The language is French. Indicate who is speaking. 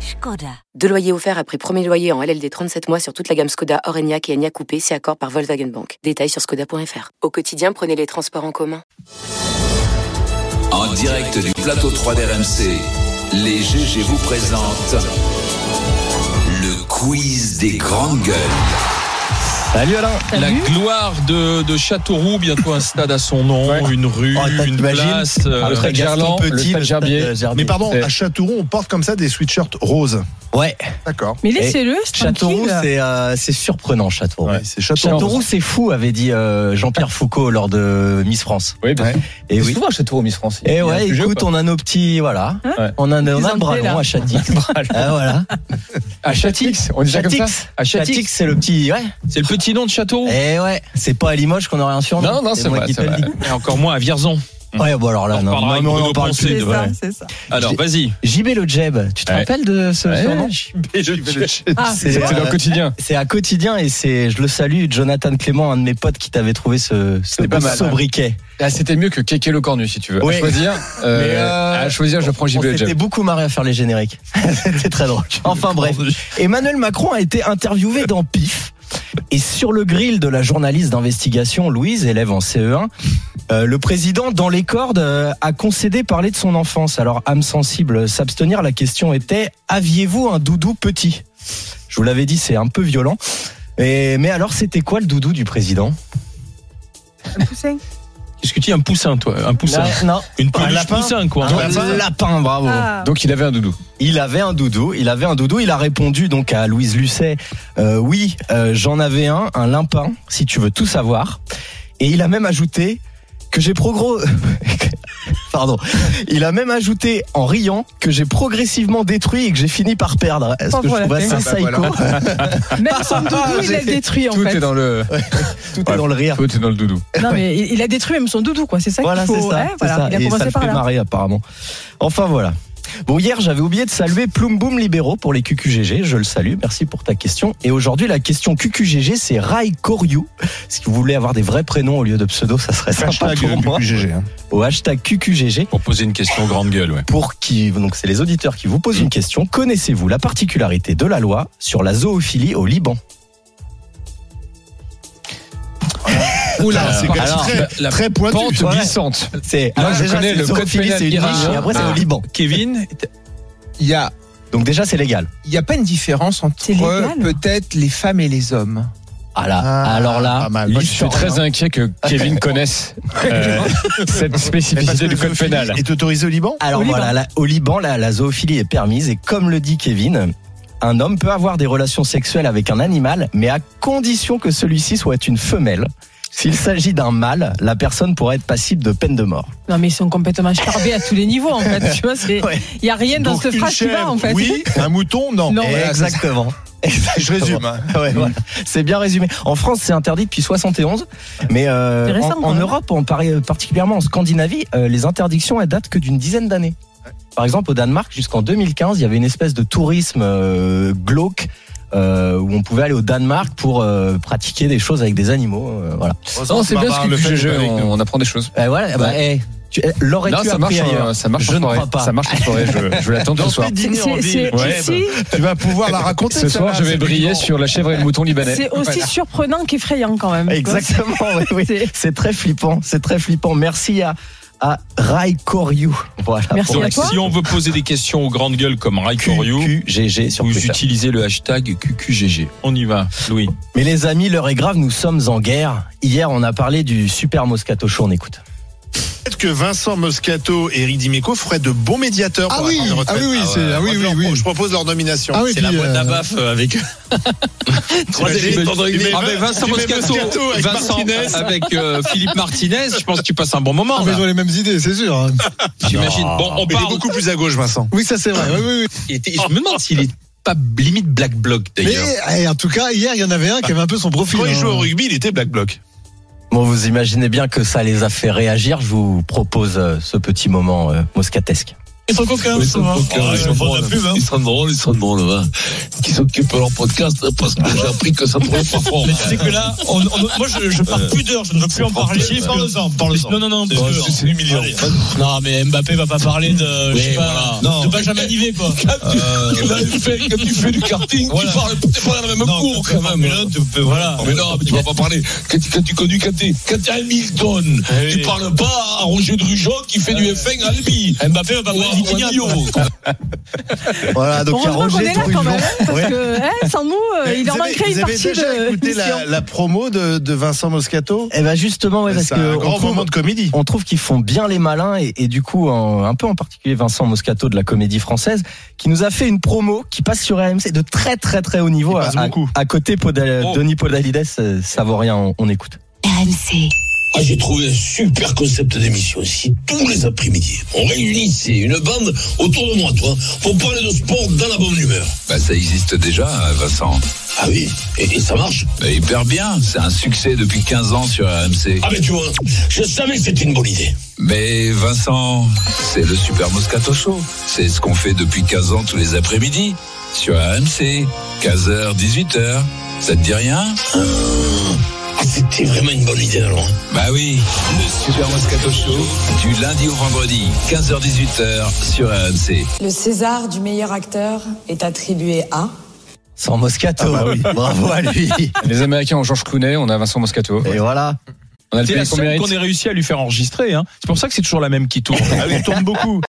Speaker 1: Skoda. Deux loyers offerts après premier loyer en LLD 37 mois sur toute la gamme Skoda, Orenia et Enya Coupé, c'est accord par Volkswagen Bank. Détails sur skoda.fr. Au quotidien, prenez les transports en commun.
Speaker 2: En direct du plateau 3 d'RMC, les GG vous présentent le quiz des grandes gueules.
Speaker 3: Salut Alain
Speaker 4: La gloire de, de Châteauroux, bientôt un stade à son nom,
Speaker 3: Ouais.
Speaker 4: une rue,
Speaker 5: Ah,
Speaker 3: Oh, t'as-
Speaker 4: une
Speaker 3: t'imagines
Speaker 4: place, euh,
Speaker 3: Après
Speaker 4: un
Speaker 3: Gaston
Speaker 4: Gerland, le
Speaker 3: Petit, le
Speaker 4: stade
Speaker 3: stade
Speaker 4: Gerbier.
Speaker 3: de Gerbier.
Speaker 5: Mais pardon,
Speaker 4: C'est-
Speaker 5: à Châteauroux, on porte comme ça des sweatshirts roses.
Speaker 3: Ouais.
Speaker 5: D'accord. Ah,
Speaker 6: Mais laissez-le, c'est
Speaker 3: Châteauroux,
Speaker 6: tranquille.
Speaker 3: c'est euh, c'est surprenant, Châteauroux.
Speaker 5: Ouais, c'est Châteauroux.
Speaker 3: Châteauroux, c'est fou, avait dit euh, Jean-Pierre Foucault lors de Miss France.
Speaker 4: Oui, parce
Speaker 5: Ouais.
Speaker 3: Et oui.
Speaker 4: souvent Châteauroux, Miss France.
Speaker 3: Et ouais, écoute, on a nos petits, voilà.
Speaker 6: Hein
Speaker 4: Ouais.
Speaker 3: On a, nos- on a
Speaker 6: Petits
Speaker 3: le bras
Speaker 6: entrées,
Speaker 3: long
Speaker 6: là.
Speaker 3: à Châtix. Ah, voilà.
Speaker 4: À Châtix, on dit ça comme ça
Speaker 3: Châtix.
Speaker 4: À
Speaker 3: Châtix,
Speaker 4: Châtix,
Speaker 3: c'est le petit, ouais.
Speaker 4: c'est le petit nom de Châteauroux
Speaker 3: Et ouais, c'est pas à Limoges qu'on aurait un surnom.
Speaker 4: Non, non, c'est
Speaker 3: moi
Speaker 4: vrai,
Speaker 3: Eh, qui
Speaker 4: c'est
Speaker 3: te le
Speaker 4: vrai. Et encore moins à Vierzon.
Speaker 3: dis. Ouais, bon alors là,
Speaker 4: On
Speaker 3: non,
Speaker 4: parlera avec
Speaker 3: non, mais on
Speaker 4: Bruno
Speaker 3: en parle
Speaker 4: Poncet
Speaker 3: plus.
Speaker 6: C'est
Speaker 4: de-
Speaker 3: ouais.
Speaker 6: ça, c'est ça.
Speaker 4: Alors,
Speaker 3: J'ai-
Speaker 4: vas-y.
Speaker 3: JB Le Jeb, tu te
Speaker 4: Ouais.
Speaker 3: rappelles de ce
Speaker 4: Ouais.
Speaker 3: surnom
Speaker 6: Ah,
Speaker 3: C'est- euh,
Speaker 4: C'était dans le quotidien.
Speaker 3: C'est à quotidien et c'est, je le salue, Jonathan Clément, un de mes potes qui t'avait trouvé ce, ce
Speaker 4: pas
Speaker 3: beau
Speaker 4: mal, hein.
Speaker 3: sobriquet.
Speaker 7: Ah, c'était mieux que Keke Le Cornu, si tu veux.
Speaker 3: Oui.
Speaker 7: À choisir, euh,
Speaker 3: Mais, euh,
Speaker 7: à choisir, je prends
Speaker 3: On
Speaker 7: JB
Speaker 3: s'était
Speaker 7: Jeb.
Speaker 3: beaucoup marré à faire les génériques. C'était très drôle. Enfin bref. Emmanuel Macron a été interviewé dans PIF. Et sur le grill de la journaliste d'investigation, Louise, élève en CE1, euh, le président, dans les cordes, euh, a concédé parler de son enfance. Alors, âme sensible, euh, s'abstenir, la question était aviez-vous un doudou petit Je vous l'avais dit, c'est un peu violent. Et- mais alors, c'était quoi le doudou du président
Speaker 6: un poussin.
Speaker 4: Qu'est-ce que tu dis Un poussin, toi Un poussin
Speaker 3: Non,
Speaker 4: Une
Speaker 3: Bah, un
Speaker 4: peluche
Speaker 3: lapin.
Speaker 4: poussin, quoi.
Speaker 3: un lapin. bravo.
Speaker 6: Ah.
Speaker 7: Donc, il avait un doudou.
Speaker 3: Il avait un doudou, il avait un doudou, il a répondu donc à Louise Lucet, euh, oui, euh, j'en avais un, un limpin, si tu veux tout savoir. Et il a même ajouté que j'ai progro... Pardon. Il a même ajouté en riant que j'ai progressivement détruit et que j'ai fini par perdre. Est-ce
Speaker 6: Oh,
Speaker 3: que je
Speaker 6: voilà.
Speaker 3: trouve assez
Speaker 6: Ah,
Speaker 5: bah,
Speaker 3: psycho
Speaker 6: Même son doudou, il l'a détruit en
Speaker 7: Tout
Speaker 6: fait.
Speaker 7: est dans le,
Speaker 3: Tout est dans le rire.
Speaker 7: tout est dans le doudou.
Speaker 6: Non mais il il a détruit même son doudou quoi. C'est ça
Speaker 3: Voilà,
Speaker 6: qu'il
Speaker 3: c'est
Speaker 6: faut.
Speaker 3: ça.
Speaker 6: hein,
Speaker 3: c'est
Speaker 6: voilà.
Speaker 3: ça.
Speaker 6: Il a
Speaker 3: Et ça
Speaker 6: commencé
Speaker 3: le
Speaker 6: par
Speaker 3: fait
Speaker 6: là.
Speaker 3: marrer apparemment. Enfin voilà. Bon, hier, j'avais oublié de saluer Ploum Boum Libéraux pour les QQGG. Je le salue, merci pour ta question. Et aujourd'hui, la question QQGG, c'est Rai Koryu. Si vous voulez avoir des vrais prénoms au lieu de pseudo, ça serait sympa
Speaker 5: Hashtag
Speaker 3: pour
Speaker 7: euh,
Speaker 3: moi.
Speaker 5: QQGG, hein.
Speaker 3: Au hashtag QQGG,
Speaker 4: Pour poser une question grande gueule, ouais.
Speaker 3: pour qui, donc c'est les auditeurs qui vous posent une question. Connaissez-vous la particularité de la loi sur la zoophilie au Liban
Speaker 5: Ah, c'est quand même
Speaker 7: alors,
Speaker 5: très,
Speaker 7: la- la
Speaker 5: très pointu.
Speaker 7: Pente
Speaker 3: Ouais.
Speaker 7: glissante.
Speaker 3: C'est,
Speaker 7: Moi,
Speaker 3: alors
Speaker 7: je
Speaker 3: déjà,
Speaker 7: connais
Speaker 3: c'est
Speaker 7: le code
Speaker 3: zoophilie,
Speaker 7: pénal
Speaker 3: c'est une
Speaker 7: iranien.
Speaker 3: niche, et après, c'est au
Speaker 7: Ah.
Speaker 3: Liban.
Speaker 4: Kevin,
Speaker 8: il y a,
Speaker 3: Donc déjà, c'est légal.
Speaker 8: il y a pas une différence entre
Speaker 6: C'est légal.
Speaker 8: peut-être les femmes et les hommes.
Speaker 3: Ah là,
Speaker 5: Ah,
Speaker 3: alors là,
Speaker 5: pas mal.
Speaker 7: Moi,
Speaker 3: l'histoire-
Speaker 7: je suis très inquiet que Kevin connaisse euh, cette
Speaker 5: Mais parce
Speaker 7: spécificité
Speaker 5: que
Speaker 7: du code
Speaker 5: zoophilie
Speaker 7: pénal.
Speaker 5: Est autorisé au Liban
Speaker 3: Alors
Speaker 6: Au Liban.
Speaker 3: voilà, la- au Liban, la, la zoophilie est permise et comme le dit Kevin, un homme peut avoir des relations sexuelles avec un animal, mais à condition que celui-ci soit une femelle. S'il s'agit d'un mâle, la personne pourrait être passible de peine de mort.
Speaker 6: Non mais ils sont complètement charbés à tous les niveaux en fait. Tu vois, c'est-
Speaker 3: Ouais.
Speaker 6: il y a rien dans
Speaker 5: Donc,
Speaker 6: cette
Speaker 5: une
Speaker 6: phrase qui va
Speaker 5: chèvre,
Speaker 6: en fait.
Speaker 5: Oui, un mouton, non.
Speaker 6: Non.
Speaker 5: Eh,
Speaker 6: Voilà,
Speaker 3: Exactement.
Speaker 5: Je résume. hein.
Speaker 3: Ouais, voilà. C'est bien résumé. En France, c'est interdit depuis 71, mais euh,
Speaker 6: C'est récent,
Speaker 3: en- en,
Speaker 6: quand même.
Speaker 3: Europe, en Paris- particulièrement en Scandinavie, euh, les interdictions elles datent que d'une dizaine d'années. Par exemple, au Danemark, jusqu'en 2015, il y avait une espèce de tourisme euh, glauque. euh, où on pouvait aller au Danemark pour euh, pratiquer des choses avec des animaux. euh, voilà.
Speaker 7: Non, c'est bien
Speaker 5: Barbara
Speaker 7: ce que
Speaker 5: Le Pen
Speaker 7: je,
Speaker 5: est pas avec
Speaker 7: on,
Speaker 5: nous.
Speaker 7: on apprend des choses.
Speaker 3: Eh, voilà, eh ben, eh, tu- eh,
Speaker 7: Non,
Speaker 3: l'aurais-tu
Speaker 7: ça
Speaker 3: appris
Speaker 7: marche,
Speaker 3: ailleurs
Speaker 7: en- ça marche
Speaker 3: Je
Speaker 7: en
Speaker 3: ne
Speaker 7: soirée.
Speaker 3: crois pas.
Speaker 7: Ça marche en soirée. Je, je l'attends
Speaker 5: Dans
Speaker 7: ce soir.
Speaker 5: le dîner
Speaker 6: C'est-
Speaker 5: en ville.
Speaker 6: C'est
Speaker 5: Ouais,
Speaker 6: aussi,
Speaker 5: bah, Tu vas pouvoir la raconter.
Speaker 7: Ce soir,
Speaker 5: celle-là,
Speaker 7: je vais
Speaker 5: c'est
Speaker 7: briller
Speaker 5: Liban.
Speaker 7: sur la chèvre et le mouton
Speaker 4: bah,
Speaker 7: libanais.
Speaker 6: c'est aussi surprenant qu'effrayant quand même.
Speaker 3: Exactement, oui, oui.
Speaker 6: C'est-
Speaker 3: C'est très flippant, c'est très flippant. Merci à, à Rai Koryu. Voilà.
Speaker 6: Merci
Speaker 3: pour
Speaker 6: à
Speaker 3: la
Speaker 4: Donc,
Speaker 6: toi.
Speaker 4: si on veut poser des questions aux grandes gueules comme Ray For You,
Speaker 3: QQGG sur
Speaker 4: vous
Speaker 3: Twitter.
Speaker 4: utilisez le hashtag QQGG. On y va, Louis.
Speaker 3: Mais les amis, l'heure est grave, nous sommes en guerre. Hier, on a parlé du super Moscato Show, on écoute.
Speaker 5: Peut-être que Vincent Moscato et Eric Dimeco feraient de bons médiateurs
Speaker 8: Ah
Speaker 5: pour
Speaker 8: oui,
Speaker 5: la grande retraite.
Speaker 8: ah oui, oui, c'est-
Speaker 5: ouais.
Speaker 8: ah oui,
Speaker 5: Moi, je
Speaker 8: oui,
Speaker 5: leur-
Speaker 8: oui.
Speaker 5: Je propose leur nomination.
Speaker 8: Ah oui, puis, euh,
Speaker 4: avec.
Speaker 5: Troisième
Speaker 4: T'imagines-
Speaker 5: élément.
Speaker 4: t'imagines-
Speaker 5: Il met
Speaker 4: Ah, mais
Speaker 5: vingt-
Speaker 4: Vincent
Speaker 5: il met
Speaker 4: Moscato,
Speaker 5: Moscato avec
Speaker 4: Vincent
Speaker 5: Martinez.
Speaker 4: avec euh, Philippe Martinez, je pense que tu passes un bon moment.
Speaker 8: Ah, mais
Speaker 4: là.
Speaker 8: ils ont les mêmes idées, c'est sûr. hein.
Speaker 4: J'imagine. Bon, on
Speaker 5: Mais il est
Speaker 4: parle.
Speaker 5: beaucoup plus à gauche, Vincent.
Speaker 8: Oui, ça c'est vrai. Oui, oui, oui.
Speaker 4: Il était- Je me demande s'il est pas limite Black Bloc
Speaker 8: Mais
Speaker 4: d'ailleurs.
Speaker 8: eh, en tout cas, hier, il y en avait un qui avait un peu son profil.
Speaker 5: Quand il
Speaker 8: hein.
Speaker 5: jouait au rugby, il était black bloc.
Speaker 3: Bon, vous imaginez bien que ça les a fait réagir. Je vous propose euh, ce petit moment euh, moscatesque.
Speaker 9: Ils sont coquins, ils sont coquins. Ils sont drôles, ils
Speaker 10: hein.
Speaker 9: sont drôles, ils sont drôles, hein. Qui s'occupent de leur podcast parce que j'ai appris que ça tournait pas fort.
Speaker 10: Mais tu sais que là, on- on- moi je, je pars pudeur, je ne veux plus en parler.
Speaker 9: Parle-en, parle-en.
Speaker 10: Non, non, non, parce que-
Speaker 9: C'est humiliant.
Speaker 10: Allez. Non, mais Mbappé va pas parler de, je
Speaker 9: Eh,
Speaker 10: sais pas, de Benjamin Nivet, quoi.
Speaker 9: Quand tu fais du karting, tu parles, t'es pas dans le même cours quand même. Mais là, tu peux, voilà. Mais non, mais tu vas pas parler. Quand, tu- quand tu conduis, quand t'es, quand t'es à Hamilton, tu parles pas à Roger Drujon qui fait du F1 à Albi.
Speaker 10: Mbappé va pas parler
Speaker 9: Ou à Millau.
Speaker 3: Voilà, donc il y a
Speaker 6: Heureusement qu'on
Speaker 3: Roger
Speaker 6: est là quand
Speaker 3: Trujon.
Speaker 6: même, hein, parce
Speaker 3: Ouais.
Speaker 6: que hein, sans nous, euh, il en
Speaker 5: vous avez,
Speaker 6: manquerait
Speaker 5: vous
Speaker 6: une
Speaker 5: avez
Speaker 6: partie
Speaker 5: déjà
Speaker 6: de
Speaker 5: écouté
Speaker 6: l'émission.
Speaker 5: la, la promo de, de Vincent Moscato
Speaker 3: Eh ben justement, ouais, parce
Speaker 5: C'est
Speaker 3: que
Speaker 5: un
Speaker 3: on
Speaker 5: grand
Speaker 3: trouve-
Speaker 5: moment de comédie.
Speaker 3: on trouve qu'ils font bien les malins et, et du coup en- un peu en particulier Vincent Moscato de la comédie française qui nous a fait une promo qui passe sur RMC de très très très haut niveau à,
Speaker 5: passe
Speaker 3: à-
Speaker 5: beaucoup.
Speaker 3: à côté Podal-
Speaker 4: Oh.
Speaker 3: Denis Podalides euh, ça vaut rien on, on écoute
Speaker 11: RMC.
Speaker 9: Ah, j'ai trouvé un super concept d'émission. Si tous les après-midi, on réunissait une bande autour de moi, toi, pour parler de sport dans la bonne humeur.
Speaker 2: Bah, ça existe déjà, Vincent.
Speaker 9: Ah oui, et, et ça marche.
Speaker 2: Bah, hyper bien. C'est un succès depuis 15 ans sur RMC.
Speaker 9: Ah, mais tu vois, je savais que c'était une bonne idée.
Speaker 2: Mais Vincent, c'est le Super Moscato Show. C'est ce qu'on fait depuis 15 ans tous les après-midi sur RMC. 15h, 18h. Ça te dit rien
Speaker 9: Ah, c'était vraiment une bonne idée, alors.
Speaker 2: Bah oui, le Super Moscato Show du lundi au vendredi, 15h-18h sur RMC.
Speaker 12: Le César du meilleur acteur est attribué à.
Speaker 3: sans Moscato bravo à lui
Speaker 7: Les Américains ont Georges Clooney, on a Vincent Moscato.
Speaker 3: et voilà
Speaker 7: On a le
Speaker 4: C'est
Speaker 7: pays
Speaker 4: la
Speaker 7: qu'on
Speaker 4: seule
Speaker 7: mérite.
Speaker 4: qu'on ait réussi à lui faire enregistrer. hein. C'est pour ça que c'est toujours la même qui tourne.
Speaker 5: Ah oui, il tourne beaucoup.